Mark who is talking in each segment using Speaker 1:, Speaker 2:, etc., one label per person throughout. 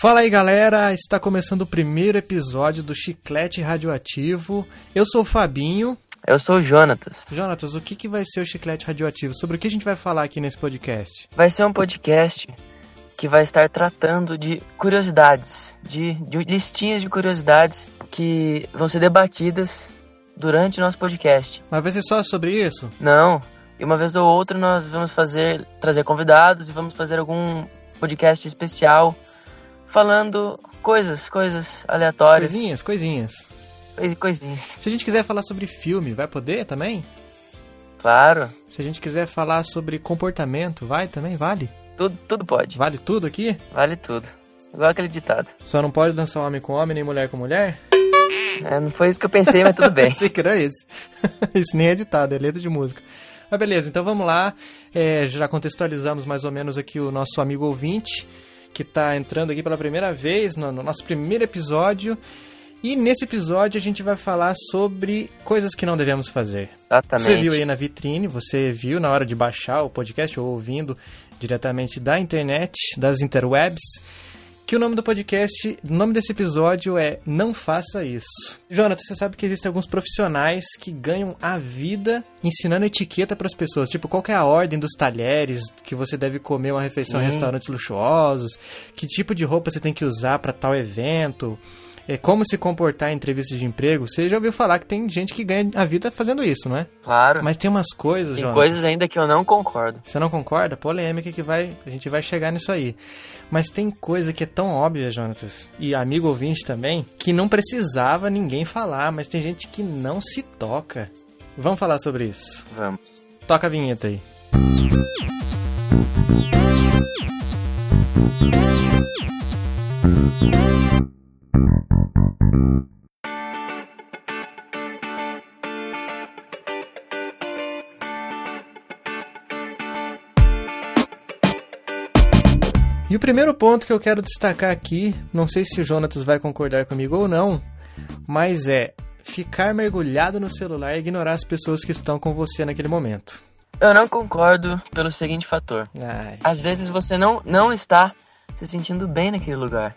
Speaker 1: Fala aí galera, está começando o primeiro episódio do Chiclete Radioativo. Eu sou o Fabinho.
Speaker 2: Eu sou o Jonatas.
Speaker 1: Jonatas, o que, que vai ser o Chiclete Radioativo? Sobre o que a gente vai falar aqui nesse podcast?
Speaker 2: Vai ser um podcast que vai estar tratando de curiosidades, de, de listinhas de curiosidades que vão ser debatidas durante o nosso podcast.
Speaker 1: Mas vai ser só sobre isso?
Speaker 2: Não, e uma vez ou outra nós vamos fazer trazer convidados e vamos fazer algum podcast especial falando coisas, coisas aleatórias,
Speaker 1: Coisinhas, coisinhas.
Speaker 2: cois- coisinhas.
Speaker 1: Se a gente quiser falar sobre filme, vai poder também?
Speaker 2: Claro,
Speaker 1: Se a gente quiser falar sobre comportamento, vai também? Vale?
Speaker 2: tudo, tudo pode,
Speaker 1: Vale tudo aqui?
Speaker 2: vale tudo. Igual aquele ditado.
Speaker 1: Só não pode dançar homem com homem, nem mulher com mulher?
Speaker 2: É, não foi isso que eu pensei, mas tudo bem.
Speaker 1: Sei que era esse. Isso nem é ditado, é letra de música. Mas beleza, então vamos lá. É, já contextualizamos mais ou menos aqui o nosso amigo ouvinte, que está entrando aqui pela primeira vez no, no nosso primeiro episódio. E nesse episódio a gente vai falar sobre coisas que não devemos fazer.
Speaker 2: Exatamente.
Speaker 1: Você viu aí na vitrine, você viu na hora de baixar o podcast ou ouvindo diretamente da internet, das interwebs, que o nome do podcast, o nome desse episódio é Não Faça Isso. Jonathan, você sabe que existem alguns profissionais que ganham a vida ensinando etiqueta para as pessoas. Tipo, qual que é a ordem dos talheres que você deve comer uma refeição em
Speaker 2: Sim.
Speaker 1: restaurantes luxuosos, que tipo de roupa você tem que usar para tal evento. É como se comportar em entrevistas de emprego. Você já ouviu falar que tem gente que ganha a vida fazendo isso, não é?
Speaker 2: Claro.
Speaker 1: Mas tem umas coisas,
Speaker 2: Tem
Speaker 1: Jonas.
Speaker 2: coisas ainda que eu não concordo.
Speaker 1: Você não concorda? Polêmica que vai, a gente vai chegar nisso aí. Mas tem coisa que é tão óbvia, Jonatas, e amigo ouvinte também, que não precisava ninguém falar, mas tem gente que não se toca. Vamos falar sobre isso.
Speaker 2: Vamos.
Speaker 1: Toca a vinheta aí. E o primeiro ponto que eu quero destacar aqui, não sei se o Jonatas vai concordar comigo ou não, mas é ficar mergulhado no celular e ignorar as pessoas que estão com você naquele momento.
Speaker 2: Eu não concordo pelo seguinte fator.
Speaker 1: Ai. Ah,
Speaker 2: Às vezes você não, não está se sentindo bem naquele lugar.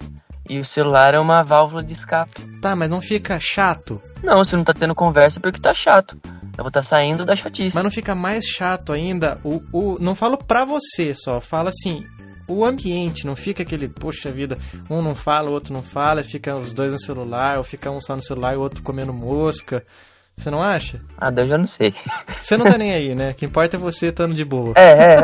Speaker 2: E o celular é uma válvula de escape.
Speaker 1: Tá, mas não fica chato?
Speaker 2: Não, você não tá tendo conversa porque tá chato. Eu vou estar saindo da chatice.
Speaker 1: Mas não fica mais chato ainda o, o. Não falo pra você só, falo assim. O ambiente, não fica aquele, poxa vida, um não fala, o outro não fala, fica os dois no celular, ou fica um só no celular e o outro comendo mosca. Você não acha?
Speaker 2: Ah, daí eu já não sei.
Speaker 1: Você não tá nem aí, né? O que importa é você estando de boa.
Speaker 2: É, é,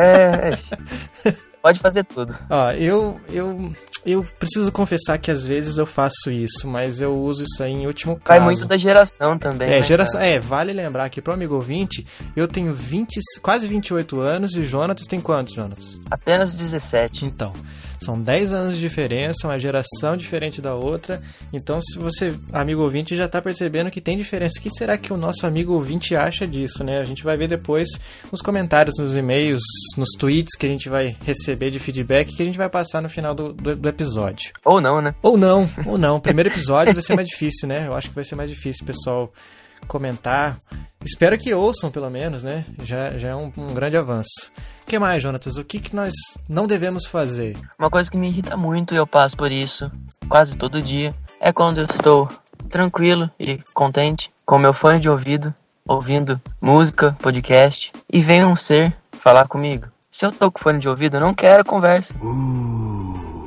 Speaker 2: é. é. Pode fazer tudo.
Speaker 1: Ó, eu, eu, eu preciso confessar que às vezes eu faço isso, mas eu uso isso aí em último
Speaker 2: Cai
Speaker 1: caso.
Speaker 2: muito da geração também.
Speaker 1: É,
Speaker 2: né,
Speaker 1: geração,
Speaker 2: cara?
Speaker 1: é, vale lembrar que pro amigo ouvinte, eu tenho 20, quase 28 anos e o Jonatas tem quantos, Jonatas?
Speaker 2: Apenas 17.
Speaker 1: Então, são 10 anos de diferença, uma geração diferente da outra. Então, se você, amigo ouvinte, já tá percebendo que tem diferença. O que será que o nosso amigo ouvinte acha disso, né? A gente vai ver depois nos comentários, nos e-mails, nos tweets que a gente vai receber de feedback que a gente vai passar no final do- do- do episódio.
Speaker 2: Ou não, né?
Speaker 1: Ou não, ou não. O Primeiro episódio vai ser mais difícil, né? Eu acho que vai ser mais difícil o pessoal comentar. Espero que ouçam, pelo menos, né? Já, já é um, um grande avanço. O que mais, Jonatas? O que, que nós não devemos fazer?
Speaker 2: Uma coisa que me irrita muito e eu passo por isso quase todo dia é quando eu estou tranquilo e contente com meu fone de ouvido, ouvindo música, podcast e vem um ser falar comigo. Se eu tô com fone de ouvido, eu não quero conversa.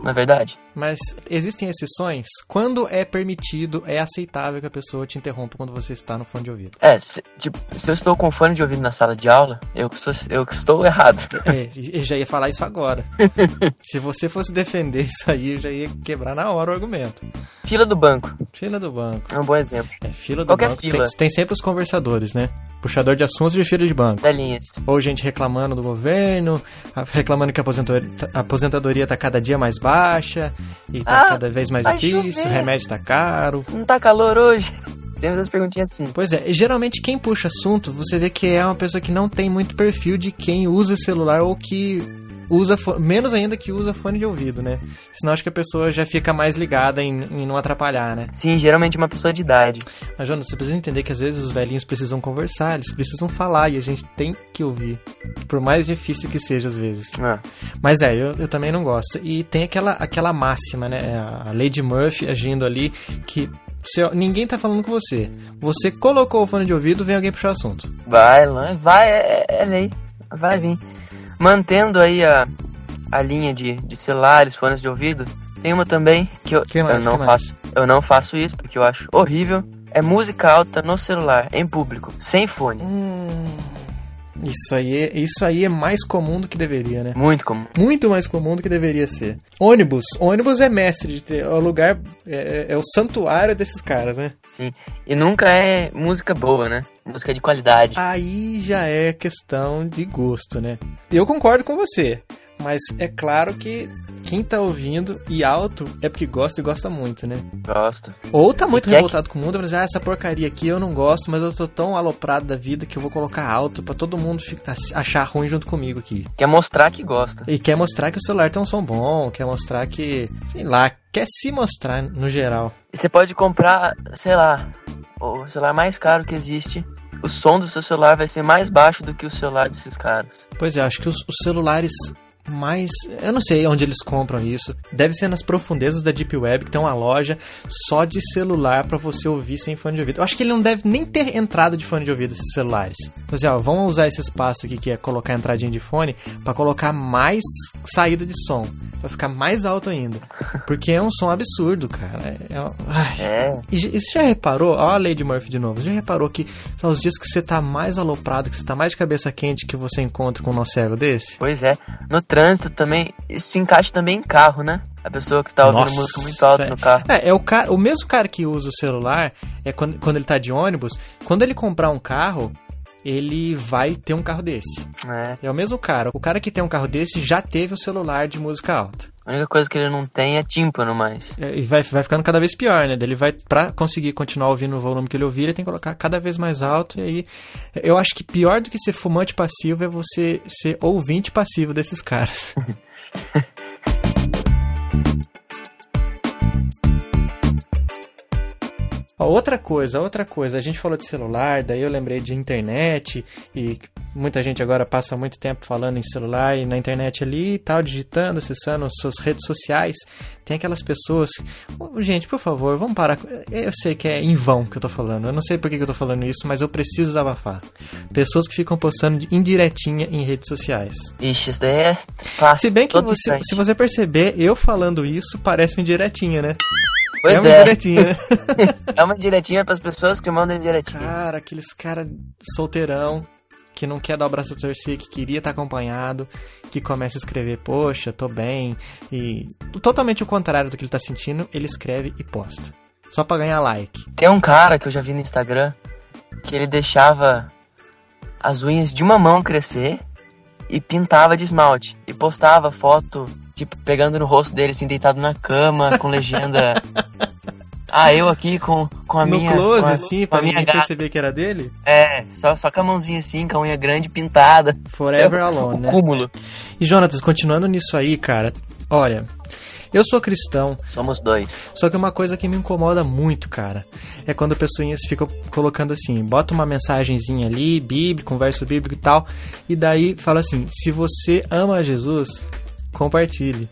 Speaker 2: Na verdade,
Speaker 1: Mas existem exceções? Quando é permitido, é aceitável que a pessoa te interrompa quando você está no fone de ouvido?
Speaker 2: é, se, tipo, se eu estou com fone de ouvido na sala de aula, eu, que sou- eu que estou errado.
Speaker 1: É, eu já ia falar isso agora. Se você fosse defender isso aí, eu já ia quebrar na hora o argumento.
Speaker 2: Fila do banco
Speaker 1: Fila do banco.
Speaker 2: é um bom exemplo.
Speaker 1: É, fila do
Speaker 2: Qualquer
Speaker 1: banco.
Speaker 2: fila.
Speaker 1: Tem, tem sempre os conversadores, né? Puxador de assuntos de fila de banco.
Speaker 2: Telinhas.
Speaker 1: ou gente reclamando do governo, a- reclamando que a aposentadoria, a aposentadoria tá cada dia mais baixa e tá
Speaker 2: Ah,
Speaker 1: cada vez mais
Speaker 2: vai
Speaker 1: difícil, o
Speaker 2: chover.
Speaker 1: remédio tá caro.
Speaker 2: Não tá calor hoje? Sempre essas perguntinhas assim.
Speaker 1: Pois é, e geralmente quem puxa assunto, você vê que é uma pessoa que não tem muito perfil de quem usa celular ou que usa fo- menos ainda que usa fone de ouvido, né? Senão acho que a pessoa já fica mais ligada em, em não atrapalhar, né?
Speaker 2: Sim, geralmente uma pessoa de idade.
Speaker 1: Mas, Jonas, você precisa entender que às vezes os velhinhos precisam conversar, eles precisam falar e a gente tem que ouvir. Por mais difícil que seja, às vezes.
Speaker 2: Ah,
Speaker 1: Mas é, eu, eu também não gosto. E tem aquela, aquela máxima, né? A Lady Murphy agindo ali que. se- ninguém tá falando com você. Você colocou o fone de ouvido, vem alguém puxar o assunto.
Speaker 2: vai, lá, vai, é, é lei. Vai vir. Mantendo aí a, a linha de, de celulares, fones de ouvido, tem uma também que eu,
Speaker 1: Que mais,
Speaker 2: eu não
Speaker 1: que mais?
Speaker 2: faço. Eu não faço isso porque eu acho horrível. É música alta no celular, em público, sem fone.
Speaker 1: Hum, Isso aí, é- isso aí é mais comum do que deveria, né?
Speaker 2: Muito comum.
Speaker 1: Muito mais comum do que deveria ser. Ônibus. Ônibus é mestre de ter. É o lugar. É, é- é o santuário desses caras, né?
Speaker 2: Sim. E nunca é música boa, né? Música de qualidade.
Speaker 1: Aí já é questão de gosto, né? Eu concordo com você, mas é claro que quem tá ouvindo e alto é porque gosta e gosta muito, né?
Speaker 2: Gosto.
Speaker 1: Ou tá muito
Speaker 2: E quer
Speaker 1: revoltado com o mundo, mas ah, essa porcaria aqui eu não gosto, mas eu tô tão aloprado da vida que eu vou colocar alto pra todo mundo ficar, achar ruim junto comigo aqui.
Speaker 2: Quer mostrar que gosta.
Speaker 1: E quer mostrar que o celular tem um som bom, quer mostrar que, sei lá, quer se mostrar no geral.
Speaker 2: E você pode comprar, sei lá, o celular mais caro que existe. O som do seu celular vai ser mais baixo do que o celular desses caras.
Speaker 1: Pois é, acho que os, os celulares mais. Eu não sei onde eles compram isso. Deve ser nas profundezas da Deep Web, que tem uma loja só de celular pra você ouvir sem fone de ouvido. Eu acho que ele não deve nem ter entrada de fone de ouvido, esses celulares. Mas, ó, vamos usar esse espaço aqui que é colocar a entradinha de fone pra colocar mais saída de som. Pra ficar mais alto ainda. Porque é um som absurdo, cara. É, um- ai.
Speaker 2: É.
Speaker 1: E j- e você já reparou, ó a Lady Murphy de novo, você já reparou que são os dias que você tá mais aloprado, que você tá mais de cabeça quente que você encontra com um nocebo desse?
Speaker 2: Pois é. No trânsito também, isso se encaixa também em carro, né? A pessoa que tá ouvindo
Speaker 1: Nossa,
Speaker 2: música muito alta
Speaker 1: é.
Speaker 2: no carro.
Speaker 1: É, é o, cara, o mesmo cara que usa o celular, é quando, quando ele tá de ônibus, quando ele comprar um carro, ele vai ter um carro desse.
Speaker 2: É.
Speaker 1: É o mesmo cara. O cara que tem um carro desse já teve um celular de música alta.
Speaker 2: A única coisa que ele não tem é tímpano mais.
Speaker 1: É, E vai, vai ficando cada vez pior, né? Daí Ele vai, pra conseguir continuar ouvindo o volume que ele ouvir, ele tem que colocar cada vez mais alto. E aí, eu acho que pior do que ser fumante passivo é você ser ouvinte passivo desses caras. Ó, Outra coisa, outra coisa, a gente falou de celular, daí eu lembrei de internet, e muita gente agora passa muito tempo falando em celular e na internet ali e tal, digitando, acessando suas redes sociais. Tem aquelas pessoas. Ô, Gente, por favor, vamos parar. com- Eu sei que é em vão que eu tô falando. Eu não sei por que que eu tô falando isso, mas eu preciso desabafar. Pessoas que ficam postando de indiretinha em redes sociais.
Speaker 2: Ixi, isso daí é fácil.
Speaker 1: Se bem que
Speaker 2: todo
Speaker 1: você,
Speaker 2: instante.
Speaker 1: se você perceber, eu falando isso parece uma indiretinha, né? é
Speaker 2: Pois
Speaker 1: uma
Speaker 2: é.
Speaker 1: indiretinha, né?
Speaker 2: É uma diretinha pras pessoas que mandam direitinho.
Speaker 1: Cara, aqueles cara solteirão que não quer dar o braço a torcer, que queria estar acompanhado, que começa a escrever, poxa, tô bem, e totalmente o contrário do que ele tá sentindo, ele escreve e posta. Só pra ganhar like.
Speaker 2: Tem um cara que eu já vi no Instagram que ele deixava as unhas de uma mão crescer e pintava de esmalte. E postava foto, tipo, pegando no rosto dele, assim, deitado na cama, com legenda. Ah, eu aqui com, com a
Speaker 1: no
Speaker 2: minha.
Speaker 1: close,
Speaker 2: com a,
Speaker 1: assim,
Speaker 2: com a
Speaker 1: pra
Speaker 2: minha
Speaker 1: ninguém
Speaker 2: gata.
Speaker 1: perceber que era dele?
Speaker 2: É, só, só com a mãozinha assim, com a unha grande pintada.
Speaker 1: Forever
Speaker 2: Isso é o-
Speaker 1: alone,
Speaker 2: o
Speaker 1: né?
Speaker 2: Cúmulo.
Speaker 1: E Jonatas, continuando nisso aí, cara, olha, eu sou cristão,
Speaker 2: Somos dois.
Speaker 1: Só que uma coisa que me incomoda muito, cara, é quando pessoinhas ficam colocando assim, bota uma mensagenzinha ali, bíblica, um verso bíblico e tal, e daí fala assim: se você ama Jesus, compartilhe.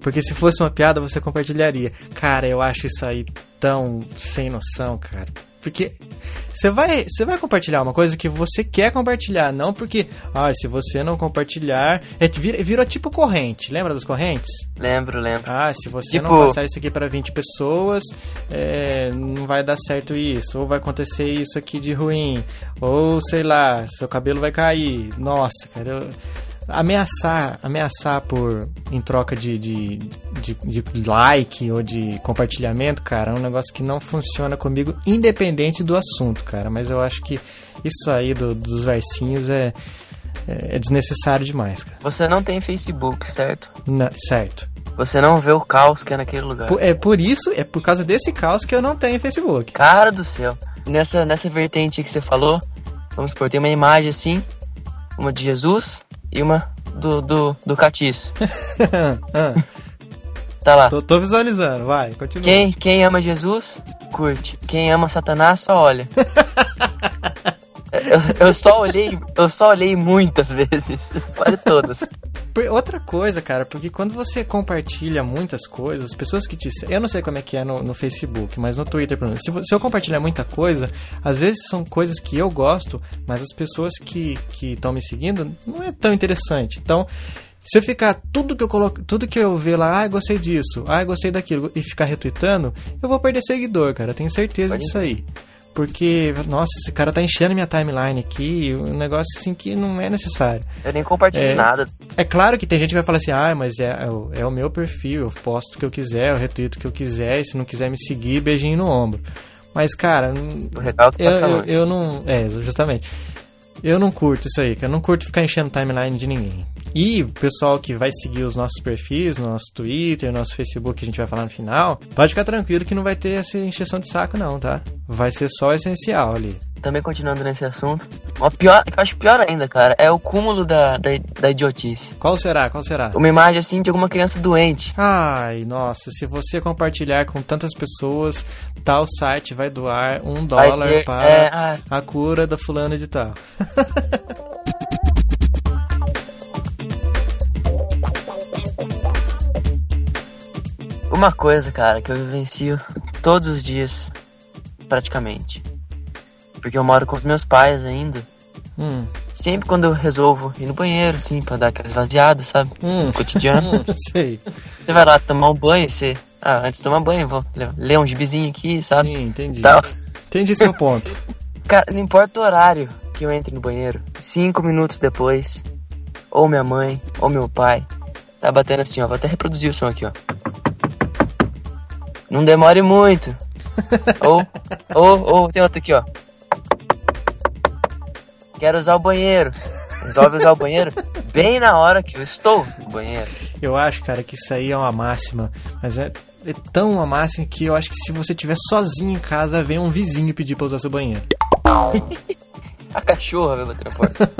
Speaker 1: Porque se fosse uma piada, você compartilharia. Cara, eu acho isso aí tão sem noção, cara. Porque você vai, você vai compartilhar uma coisa que você quer compartilhar, não porque, ah, se você não compartilhar, é, vira- virou tipo corrente, lembra das correntes?
Speaker 2: Lembro, lembro.
Speaker 1: Ah, se você
Speaker 2: Tipo-
Speaker 1: não passar isso aqui pra 20 pessoas, é, não vai dar certo isso. Ou vai acontecer isso aqui de ruim. Ou sei lá, seu cabelo vai cair. Nossa, cara. eu- Ameaçar, ameaçar por em troca de, de, de, de like ou de compartilhamento, cara, é um negócio que não funciona comigo, independente do assunto, cara. Mas eu acho que isso aí do- dos versinhos é, é, é desnecessário demais, cara.
Speaker 2: Você não tem Facebook, certo?
Speaker 1: Na- certo.
Speaker 2: Você não vê o caos que é naquele lugar.
Speaker 1: Po- É por isso, é por causa desse caos que eu não tenho Facebook.
Speaker 2: Cara do céu. Nessa, nessa vertente que você falou, vamos supor, tem uma imagem assim, uma de Jesus e uma do, do, do catiço.
Speaker 1: Ah,
Speaker 2: Tá lá.
Speaker 1: tô, tô visualizando, vai, continua.
Speaker 2: Quem, quem ama Jesus, curte. Quem ama Satanás, só olha. Eu, eu só olhei, eu só olhei muitas vezes, quase todas.
Speaker 1: Por- Outra coisa, cara, porque quando você compartilha muitas coisas, pessoas que te. Eu não sei como é que é no, no Facebook, mas no Twitter, por exemplo, se, vo- se eu compartilhar muita coisa, às vezes são coisas que eu gosto, mas as pessoas que estão me seguindo não é tão interessante. Então. Se eu ficar tudo que eu coloco, tudo que eu ver lá, ah, eu gostei disso, ah, eu gostei daquilo, e ficar retweetando, eu vou perder seguidor, cara. Eu tenho certeza
Speaker 2: Pode
Speaker 1: disso aí. Porque, nossa, esse cara tá enchendo minha timeline aqui, um negócio assim que não é necessário.
Speaker 2: Eu nem compartilho
Speaker 1: É.
Speaker 2: nada.
Speaker 1: É claro que tem gente que vai falar assim, ah, mas é, é o- é o meu perfil, eu posto o que eu quiser, eu retuito o que eu quiser, e se não quiser me seguir, beijinho no ombro. Mas, cara, n-
Speaker 2: O recalque
Speaker 1: eu,
Speaker 2: passa
Speaker 1: eu,
Speaker 2: longe.
Speaker 1: eu não. É, justamente. Eu não curto isso aí, cara. Eu não curto ficar enchendo timeline de ninguém. E o pessoal que vai seguir os nossos perfis, nosso Twitter, nosso Facebook, que a gente vai falar no final, pode ficar tranquilo que não vai ter essa encheção de saco, não, tá? Vai ser só o essencial ali.
Speaker 2: Também continuando nesse assunto, uma pior, que eu acho pior ainda, cara, é o cúmulo da, da, da idiotice.
Speaker 1: Qual será? Qual será?
Speaker 2: Uma imagem assim de alguma criança doente.
Speaker 1: Ai, nossa, se você compartilhar com tantas pessoas, tal site vai doar um
Speaker 2: Vai
Speaker 1: dólar
Speaker 2: ser.
Speaker 1: para
Speaker 2: É, ah,
Speaker 1: a cura da fulana de tal.
Speaker 2: Uma coisa, cara, que eu vivencio todos os dias, praticamente. Porque eu moro com os meus pais ainda.
Speaker 1: Hum,
Speaker 2: Sempre quando eu resolvo ir no banheiro, assim, pra dar aquela esvaziada, sabe?
Speaker 1: hum,
Speaker 2: No cotidiano.
Speaker 1: hum, sei.
Speaker 2: você vai lá tomar um banho, você. Ah, antes de tomar banho, vou le- ler um gibizinho aqui, sabe?
Speaker 1: Sim, entendi.
Speaker 2: Tal.
Speaker 1: Entendi seu ponto.
Speaker 2: Cara, não importa o horário que eu entre no banheiro, cinco minutos depois, ou minha mãe, ou meu pai, tá batendo assim, ó. Vou até reproduzir o som aqui, ó. Não demore muito. ou, ou, ou, tem outro aqui, ó. Quero usar o banheiro. Resolve usar o banheiro bem na hora que eu estou no banheiro.
Speaker 1: Eu acho, cara, que isso aí é uma máxima, mas é, é tão uma máxima que eu acho que se você estiver sozinho em casa, vem um vizinho pedir pra usar seu banheiro.
Speaker 2: A cachorra vai bater na porta.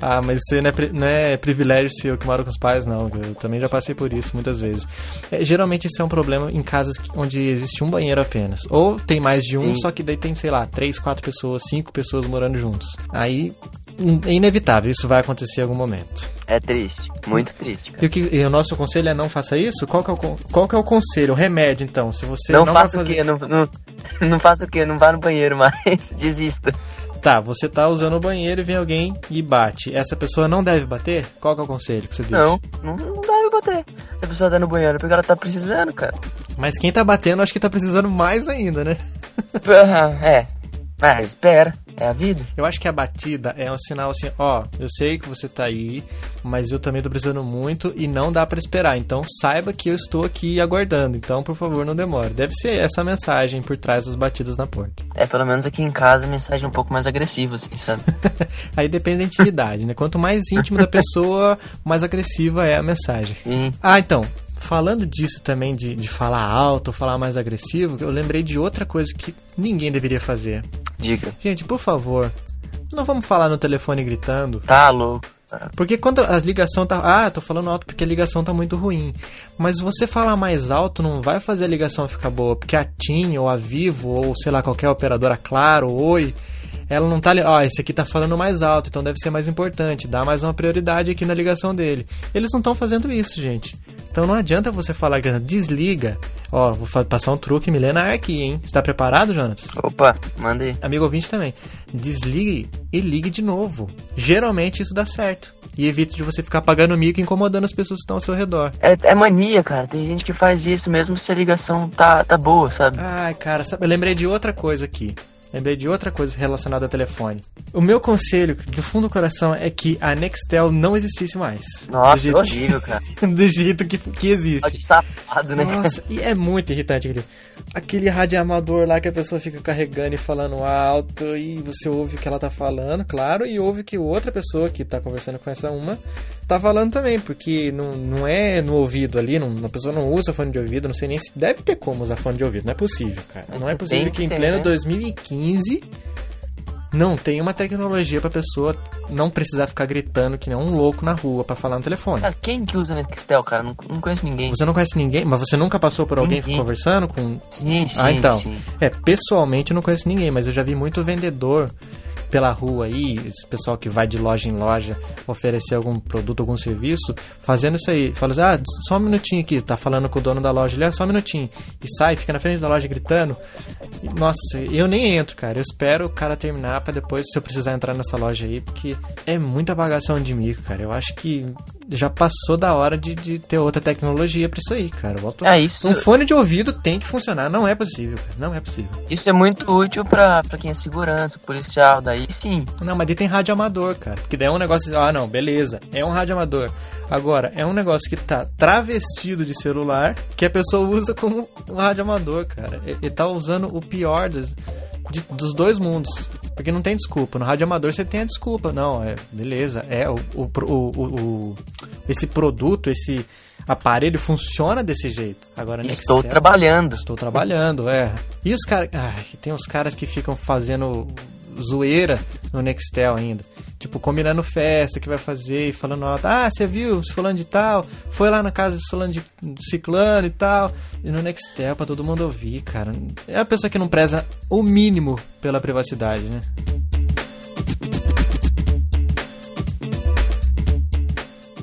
Speaker 1: Ah, mas isso aí não é, pri- não é privilégio seu que mora com os pais, não. Eu também já passei por isso muitas vezes. É, geralmente isso é um problema em casas que- onde existe um banheiro apenas. Ou tem mais de um,
Speaker 2: Sim.
Speaker 1: só que daí tem, sei lá, três, quatro pessoas, cinco pessoas morando juntos. Aí in- é inevitável, isso vai acontecer em algum momento.
Speaker 2: É triste, muito triste.
Speaker 1: E o, que- e o nosso conselho é não faça isso? Qual que é o, con- qual que é o conselho, o remédio, então? Se você não,
Speaker 2: não,
Speaker 1: vai
Speaker 2: faça o
Speaker 1: fazer-
Speaker 2: quê? Não, não, não faça o quê? Não vá no banheiro mais. Desista.
Speaker 1: Tá, você tá usando o banheiro e vem alguém e bate. Essa pessoa não deve bater? Qual que é o conselho que você deixa?
Speaker 2: Não, não, não dá eu bater. Se a pessoa tá no banheiro, é porque ela tá precisando, cara.
Speaker 1: Mas quem tá batendo, acho que tá precisando mais ainda, né?
Speaker 2: Ah, É. Mas espera, é a vida.
Speaker 1: Eu acho que a batida é um sinal assim, ó, eu sei que você tá aí, mas eu também tô precisando muito e não dá pra esperar. Então saiba que eu estou aqui aguardando. Então, por favor, não demore. Deve ser essa a mensagem por trás das batidas na porta.
Speaker 2: É, pelo menos aqui em casa, a mensagem é um pouco mais agressiva, assim, sabe?
Speaker 1: Aí depende da intimidade, né? Quanto mais íntimo da pessoa, mais agressiva é a mensagem.
Speaker 2: Sim.
Speaker 1: Ah, então. Falando disso também, de, de falar alto, falar mais agressivo, eu lembrei de outra coisa que ninguém deveria fazer.
Speaker 2: Diga.
Speaker 1: Gente, por favor, não vamos falar no telefone gritando.
Speaker 2: Tá louco.
Speaker 1: Porque quando a ligação tá. Ah, tô falando alto porque a ligação tá muito ruim. Mas você falar mais alto não vai fazer a ligação ficar boa. Porque a TIM ou a Vivo ou sei lá qualquer operadora, Claro, Oi, ela não tá. li- Ó, esse aqui tá falando mais alto, então deve ser mais importante. Dá mais uma prioridade aqui na ligação dele. Eles não estão fazendo isso, gente. Então não adianta você falar, gritando, desliga. Ó, vou fa- passar um truque milenar aqui, hein? Você tá preparado, Jonas?
Speaker 2: Opa, mandei.
Speaker 1: Amigo ouvinte também, desligue e ligue de novo. Geralmente isso dá certo. E evite de você ficar pagando mico e incomodando as pessoas que estão ao seu redor.
Speaker 2: É, é mania, cara. Tem gente que faz isso mesmo se a ligação tá, tá boa, sabe?
Speaker 1: Ai, cara, sabe, eu lembrei de outra coisa aqui. Lembrei de outra coisa relacionada ao telefone. O meu conselho, do fundo do coração, é que a Nextel não existisse mais. do
Speaker 2: Nossa,
Speaker 1: jeito,
Speaker 2: horrível, cara.
Speaker 1: do jeito que, que
Speaker 2: Só
Speaker 1: existe.
Speaker 2: de safado, né?
Speaker 1: Nossa, e é muito irritante aquele, aquele rádio amador lá que a pessoa fica carregando e falando alto e você ouve o que ela tá falando, claro, e ouve o que outra pessoa que tá conversando com essa uma tá falando também, porque não, não é no ouvido ali, não, a pessoa não usa fone de ouvido, não sei nem se deve ter como usar fone de ouvido, não é possível, cara. Não é
Speaker 2: Tem
Speaker 1: possível que em
Speaker 2: que ter,
Speaker 1: pleno
Speaker 2: né?
Speaker 1: 2015 Não tem uma tecnologia pra pessoa não precisar ficar gritando que nem um louco na rua pra falar no telefone.
Speaker 2: Cara, quem que usa Nextel, cara? Não, não conheço ninguém.
Speaker 1: Você não conhece ninguém, mas você nunca passou por alguém
Speaker 2: Ninguém.
Speaker 1: conversando com.
Speaker 2: Sim, sim,
Speaker 1: Ah, então.
Speaker 2: sim.
Speaker 1: É, pessoalmente eu não conheço ninguém, mas eu já vi muito vendedor pela rua aí, esse pessoal que vai de loja em loja oferecer algum produto, algum serviço, fazendo isso aí. Fala assim, ah, só um minutinho aqui, tá falando com o dono da loja ali, ah, só um minutinho. E sai, fica na frente da loja gritando. E, nossa, eu nem entro, cara. Eu espero o cara terminar pra depois, se eu precisar entrar nessa loja aí, porque é muita bagação de mico, cara. Eu acho que já passou da hora de, de ter outra tecnologia pra isso aí, cara. Eu volto
Speaker 2: É, isso,
Speaker 1: um fone de ouvido tem que funcionar, não é possível, cara. Não é possível.
Speaker 2: isso é muito útil pra, pra quem é segurança, policial, daí sim.
Speaker 1: Não, mas daí tem rádio amador, cara. Porque daí é um negócio. Ah, não, beleza. É um rádio amador. Agora, é um negócio que tá travestido de celular que a pessoa usa como um rádio amador, cara. E, e tá usando o pior dos, de- dos dois mundos. Porque não tem desculpa. No rádio amador você tem a desculpa. Não, é beleza. É o, o, pro- o- o- o- esse produto, esse aparelho funciona desse jeito. Agora
Speaker 2: Estou
Speaker 1: Nextel-
Speaker 2: trabalhando.
Speaker 1: Estou trabalhando, é. E os caras. Ai, tem uns caras que ficam fazendo zoeira no Nextel ainda. Tipo, combinando festa que vai fazer e falando, alto, ah, você viu, fulano de tal, foi lá na casa de fulano de ciclano e tal. E no Nextel pra todo mundo ouvir, cara. É a pessoa que não preza o mínimo pela privacidade, né?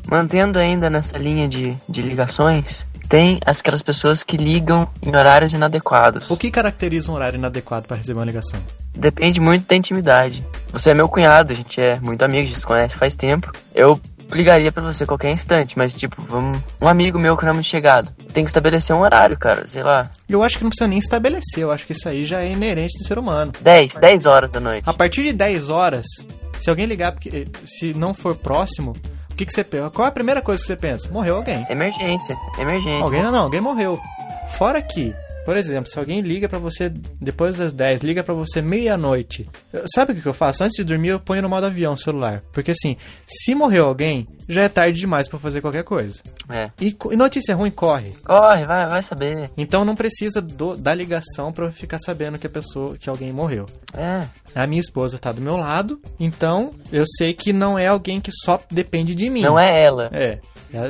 Speaker 2: Mantendo ainda nessa linha de, de ligações, tem as- aquelas pessoas que ligam em horários inadequados.
Speaker 1: O que caracteriza um horário inadequado pra receber uma ligação?
Speaker 2: Depende muito da intimidade. Você é meu cunhado, a gente é muito amigo, a gente se conhece faz tempo. Eu ligaria pra você a qualquer instante, mas tipo, vamos, um amigo meu que não é muito chegado. Tem que estabelecer um horário, cara, sei lá,
Speaker 1: Eu acho que não precisa nem estabelecer, eu acho que isso aí já é inerente do ser humano.
Speaker 2: 10, 10 horas da noite.
Speaker 1: A partir de 10 horas, se alguém ligar, porque se não for próximo, o que, que você pensa? Qual é a primeira coisa que você pensa? Morreu alguém.
Speaker 2: Emergência, emergência.
Speaker 1: Alguém não, não, alguém morreu. Fora que, por exemplo, se alguém liga pra você depois das 10, liga pra você meia-noite. Eu- Sabe o que que eu faço? Antes de dormir, eu ponho no modo avião o celular. Porque assim, se morreu alguém, já é tarde demais pra fazer qualquer coisa.
Speaker 2: É.
Speaker 1: E, co- e notícia ruim corre.
Speaker 2: Corre, vai, vai saber.
Speaker 1: Então não precisa do- da ligação pra eu ficar sabendo que a pessoa, que alguém morreu.
Speaker 2: É.
Speaker 1: A minha esposa tá do meu lado, então eu sei que não é alguém que só depende de mim.
Speaker 2: Não é ela.
Speaker 1: É.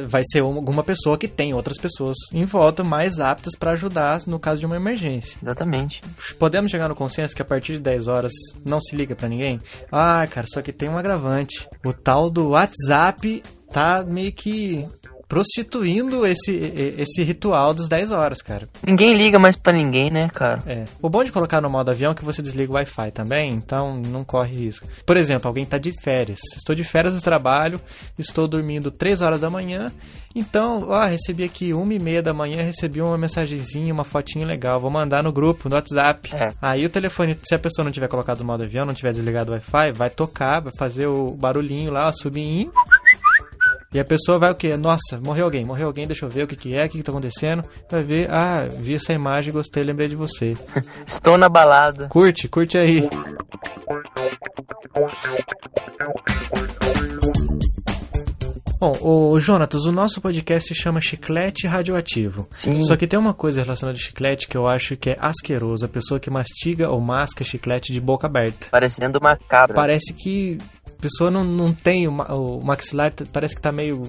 Speaker 1: Vai ser uma- alguma pessoa que tem outras pessoas em volta mais aptas pra ajudar no caso de uma emergência.
Speaker 2: Exatamente.
Speaker 1: Podemos chegar no consenso que a partir de 10 horas não se liga pra ninguém? Ah, cara, só que tem um agravante. O tal do WhatsApp tá meio que prostituindo esse, e- esse ritual das 10 horas, cara.
Speaker 2: Ninguém liga mais pra ninguém, né, cara?
Speaker 1: É. O bom de colocar no modo avião é que você desliga o Wi-Fi também, então não corre risco. Por exemplo, alguém tá de férias. Estou de férias do trabalho, estou dormindo 3 horas da manhã, então, ó, recebi aqui 1 e meia da manhã, recebi uma mensagenzinha, uma fotinha legal, vou mandar no grupo, no WhatsApp.
Speaker 2: É.
Speaker 1: Aí o telefone, se a pessoa não tiver colocado no modo avião, não tiver desligado o Wi-Fi, vai tocar, vai fazer o barulhinho lá, o subinho. E a pessoa vai o quê? Nossa, morreu alguém, morreu alguém, deixa eu ver o que, que é, o que, que tá acontecendo. Vai ver, ah, vi essa imagem, gostei, lembrei de você.
Speaker 2: Estou na balada.
Speaker 1: Curte, curte aí. Bom, o Jonatas, o nosso podcast se chama Chiclete Radioativo.
Speaker 2: Sim.
Speaker 1: Só que tem uma coisa relacionada a chiclete que eu acho que é asqueroso. A pessoa que mastiga ou masca chiclete de boca aberta.
Speaker 2: Parecendo uma cabra.
Speaker 1: Parece que a pessoa não, não tem o, ma- o maxilar, t- parece que tá meio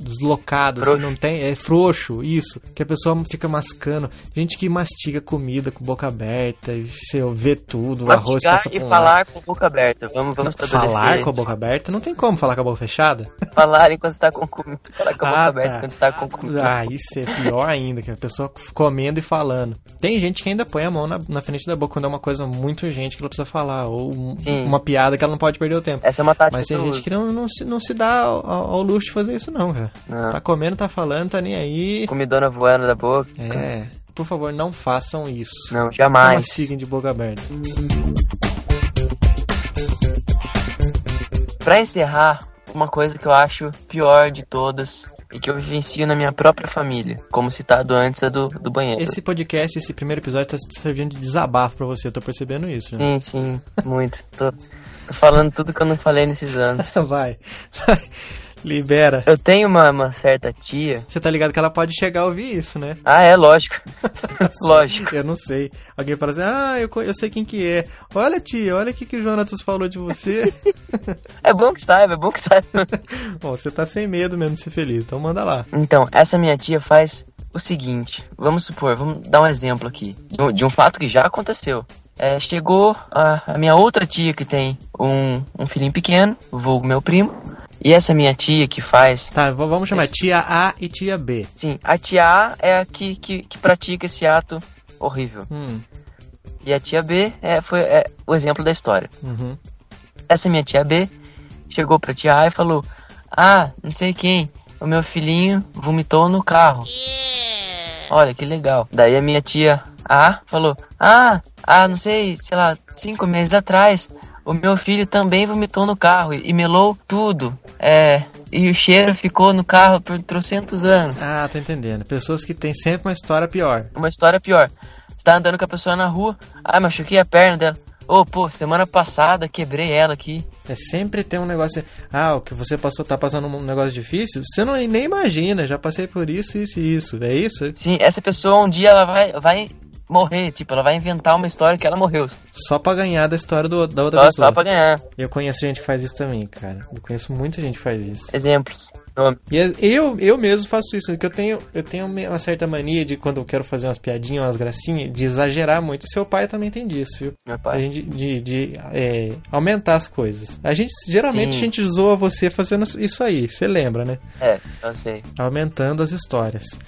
Speaker 1: deslocado, assim,
Speaker 2: Frouxo.
Speaker 1: não tem, é frouxo, isso, que a pessoa fica mascando, gente que mastiga comida com boca aberta, e você vê tudo, o arroz
Speaker 2: Mastigar
Speaker 1: passa
Speaker 2: e
Speaker 1: por um lado.
Speaker 2: falar com a boca aberta. Vamos, vamos estabelecer.
Speaker 1: falar com a boca aberta, não tem como falar com a boca fechada.
Speaker 2: Falar enquanto está com comida. Falar com a boca
Speaker 1: Ah,
Speaker 2: aberta
Speaker 1: tá.
Speaker 2: quando está com comida.
Speaker 1: Ah, isso é pior ainda, que a pessoa comendo e falando. Tem gente que ainda põe a mão na, na frente da boca quando é uma coisa muito urgente que ela precisa falar, ou um-
Speaker 2: Sim.
Speaker 1: uma piada que ela não pode perder o tempo.
Speaker 2: Essa é uma tática
Speaker 1: Mas
Speaker 2: que
Speaker 1: tem
Speaker 2: eu
Speaker 1: gente
Speaker 2: uso.
Speaker 1: que não, não, se, não se dá ao, ao luxo de fazer isso, não, cara.
Speaker 2: Não.
Speaker 1: Tá comendo, tá falando, tá nem aí.
Speaker 2: Comidona voando da boca.
Speaker 1: É. Por favor, não façam isso.
Speaker 2: Não,
Speaker 1: Não
Speaker 2: jamais.
Speaker 1: mastigam de boca aberta.
Speaker 2: Pra encerrar, uma coisa que eu acho pior de todas e que eu vivencio na minha própria família, como citado antes, é do, do banheiro.
Speaker 1: Esse podcast, esse primeiro episódio, tá servindo de desabafo pra você, eu tô percebendo isso. né?
Speaker 2: Sim, sim, muito. Tô, tô falando tudo que eu não falei nesses anos.
Speaker 1: Vai. Vai. Libera.
Speaker 2: Eu tenho uma, uma certa tia.
Speaker 1: Você tá ligado que ela pode chegar a ouvir isso, né?
Speaker 2: Ah, é, lógico. lógico.
Speaker 1: Eu não sei. Alguém fala assim, ah, eu, co- eu sei quem que é. Olha, tia, olha o que, que o Jonatas falou de você.
Speaker 2: É bom que saiba, é bom que saiba.
Speaker 1: Bom, você tá sem medo mesmo de ser feliz, então manda lá.
Speaker 2: Então, essa minha tia faz o seguinte: vamos supor, vamos dar um exemplo aqui de um, de um fato que já aconteceu. É, chegou a, a minha outra tia que tem um, um filhinho pequeno, vulgo meu primo, e essa minha tia que faz.
Speaker 1: Tá, v- vamos chamar
Speaker 2: Esse-
Speaker 1: tia A e tia B.
Speaker 2: Sim, a tia A é a que, que, que pratica esse ato horrível.
Speaker 1: Hum,
Speaker 2: E a tia B é, foi é, o exemplo da história.
Speaker 1: uhum.
Speaker 2: Essa minha tia B chegou pra tia A e falou: Ah, não sei quem, é o meu filhinho vomitou no carro. Olha que legal. Daí a minha tia A falou: Ah, ah, não sei, sei lá, cinco meses atrás, o meu filho também vomitou no carro e, e melou tudo. É, e o cheiro ficou no carro por trocentos anos.
Speaker 1: Ah, tô entendendo. Pessoas que têm sempre uma história pior.
Speaker 2: Uma história pior. Você tá andando com a pessoa na rua, ah, machuquei a perna dela. Ô, pô, semana passada quebrei ela aqui.
Speaker 1: É sempre tem um negócio. Ah, o que você passou, tá passando um negócio difícil? Você não nem imagina, já passei por isso, isso e isso. É isso?
Speaker 2: Sim, essa pessoa um dia ela vai, vai morrer, tipo, ela vai inventar uma história que ela morreu.
Speaker 1: Só pra ganhar da história do- da outra
Speaker 2: Só,
Speaker 1: pessoa.
Speaker 2: só pra ganhar.
Speaker 1: Eu conheço gente que faz isso também, cara. Eu conheço muita gente que faz isso.
Speaker 2: Exemplos. Nomes.
Speaker 1: E é, eu, eu mesmo faço isso, porque eu tenho, eu tenho uma certa mania de quando eu quero fazer umas piadinhas, umas gracinhas, de exagerar muito. Seu pai também tem disso, viu?
Speaker 2: Meu
Speaker 1: A
Speaker 2: pai.
Speaker 1: gente de, de, é, aumentar as coisas. A gente geralmente
Speaker 2: Sim.
Speaker 1: a gente zoa você fazendo isso aí, você lembra, né?
Speaker 2: É, eu sei.
Speaker 1: Aumentando as histórias.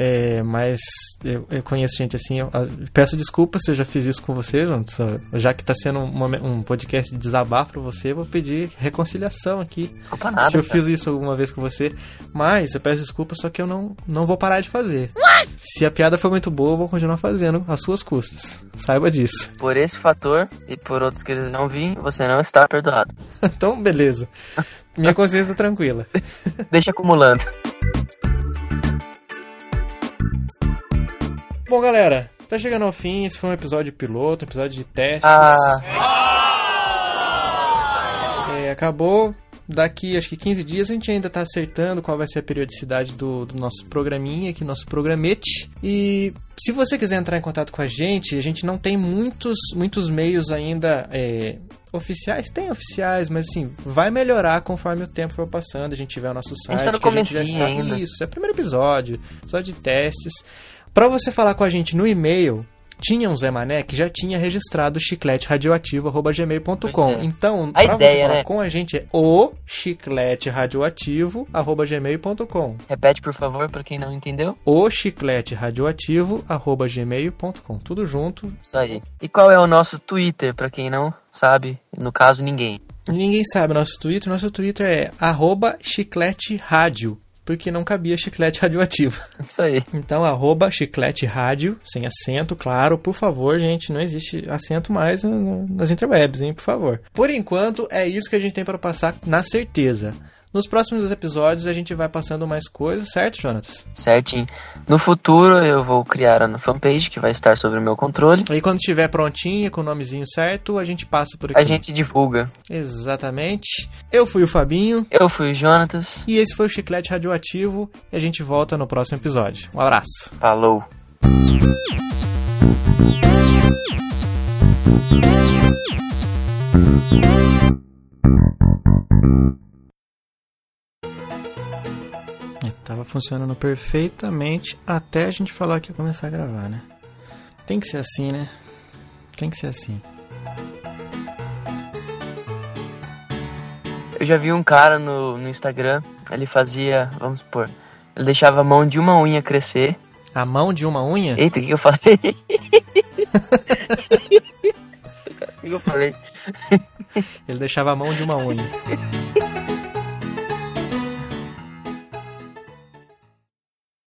Speaker 1: É, mas eu, eu conheço gente assim. Eu, eu peço desculpas se eu já fiz isso com você, Jonas. Já que tá sendo um, momen- um podcast de desabafo pra você, eu vou pedir reconciliação aqui.
Speaker 2: Desculpa nada.
Speaker 1: se eu
Speaker 2: cara.
Speaker 1: fiz isso alguma vez com você. Mas eu peço desculpas, só que eu não, não vou parar de fazer. Se a piada foi muito boa, eu vou continuar fazendo às suas custas. Saiba disso.
Speaker 2: Por esse fator e por outros que eu não vi, você não está perdoado.
Speaker 1: Então, beleza. Minha consciência tá tranquila.
Speaker 2: Deixa acumulando.
Speaker 1: Bom, galera, tá chegando ao fim. Esse foi um episódio piloto, um episódio de testes.
Speaker 2: Ah,
Speaker 1: É, acabou. Daqui, acho que 15 dias, a gente ainda tá acertando qual vai ser a periodicidade do, do nosso programinha aqui, nosso programete. E se você quiser entrar em contato com a gente, a gente não tem muitos, muitos meios ainda é, oficiais. Tem oficiais, mas assim, vai melhorar conforme o tempo for passando. A gente tiver o nosso
Speaker 2: A gente
Speaker 1: site.
Speaker 2: tá no
Speaker 1: que a gente já
Speaker 2: comecinho
Speaker 1: está-
Speaker 2: ainda.
Speaker 1: Isso, é o primeiro episódio, episódio de testes. Pra você falar com a gente no e-mail, tinha um Zé Mané que já tinha registrado chicleteradioativo.gmail.com.
Speaker 2: Pois é.
Speaker 1: Então,
Speaker 2: A
Speaker 1: pra você
Speaker 2: ideia,
Speaker 1: falar
Speaker 2: né?
Speaker 1: com a gente é o chicleteradioativo.gmail.com.
Speaker 2: repete por favor pra quem não entendeu.
Speaker 1: O chicleteradioativo.gmail.com. Tudo junto.
Speaker 2: Isso aí. E qual é o nosso Twitter pra quem não sabe? No caso, ninguém.
Speaker 1: Ninguém sabe nosso Twitter. Nosso Twitter é arroba chiclete rádio. Porque não cabia chiclete radioativo.
Speaker 2: Isso aí.
Speaker 1: Então, arroba chiclete rádio, sem acento, claro. Por favor, gente, não existe acento mais na- na- nas interwebs, hein? Por favor. Por enquanto, é isso que a gente tem para passar na certeza. Nos próximos episódios, a gente vai passando mais coisas, certo, Jonatas?
Speaker 2: Certinho. No futuro, eu vou criar a fanpage que vai estar sobre o meu controle.
Speaker 1: Aí quando tiver prontinha, com o nomezinho certo, a gente passa por aqui.
Speaker 2: A gente divulga.
Speaker 1: Exatamente. Eu fui o Fabinho
Speaker 2: Eu fui o Jonatas.
Speaker 1: e esse foi o Chiclete Radioativo e a gente volta no próximo episódio. Um abraço.
Speaker 2: Falou.
Speaker 1: Tava funcionando perfeitamente até a gente falar que ia começar a gravar, né? Tem que ser assim, né? Tem que ser assim.
Speaker 2: Eu já vi um cara no, no Instagram, ele fazia, vamos supor, ele deixava a mão de uma unha crescer.
Speaker 1: A mão de uma unha?
Speaker 2: Eita, o que, que eu falei? O que, que eu falei?
Speaker 1: Ele deixava a mão de uma unha.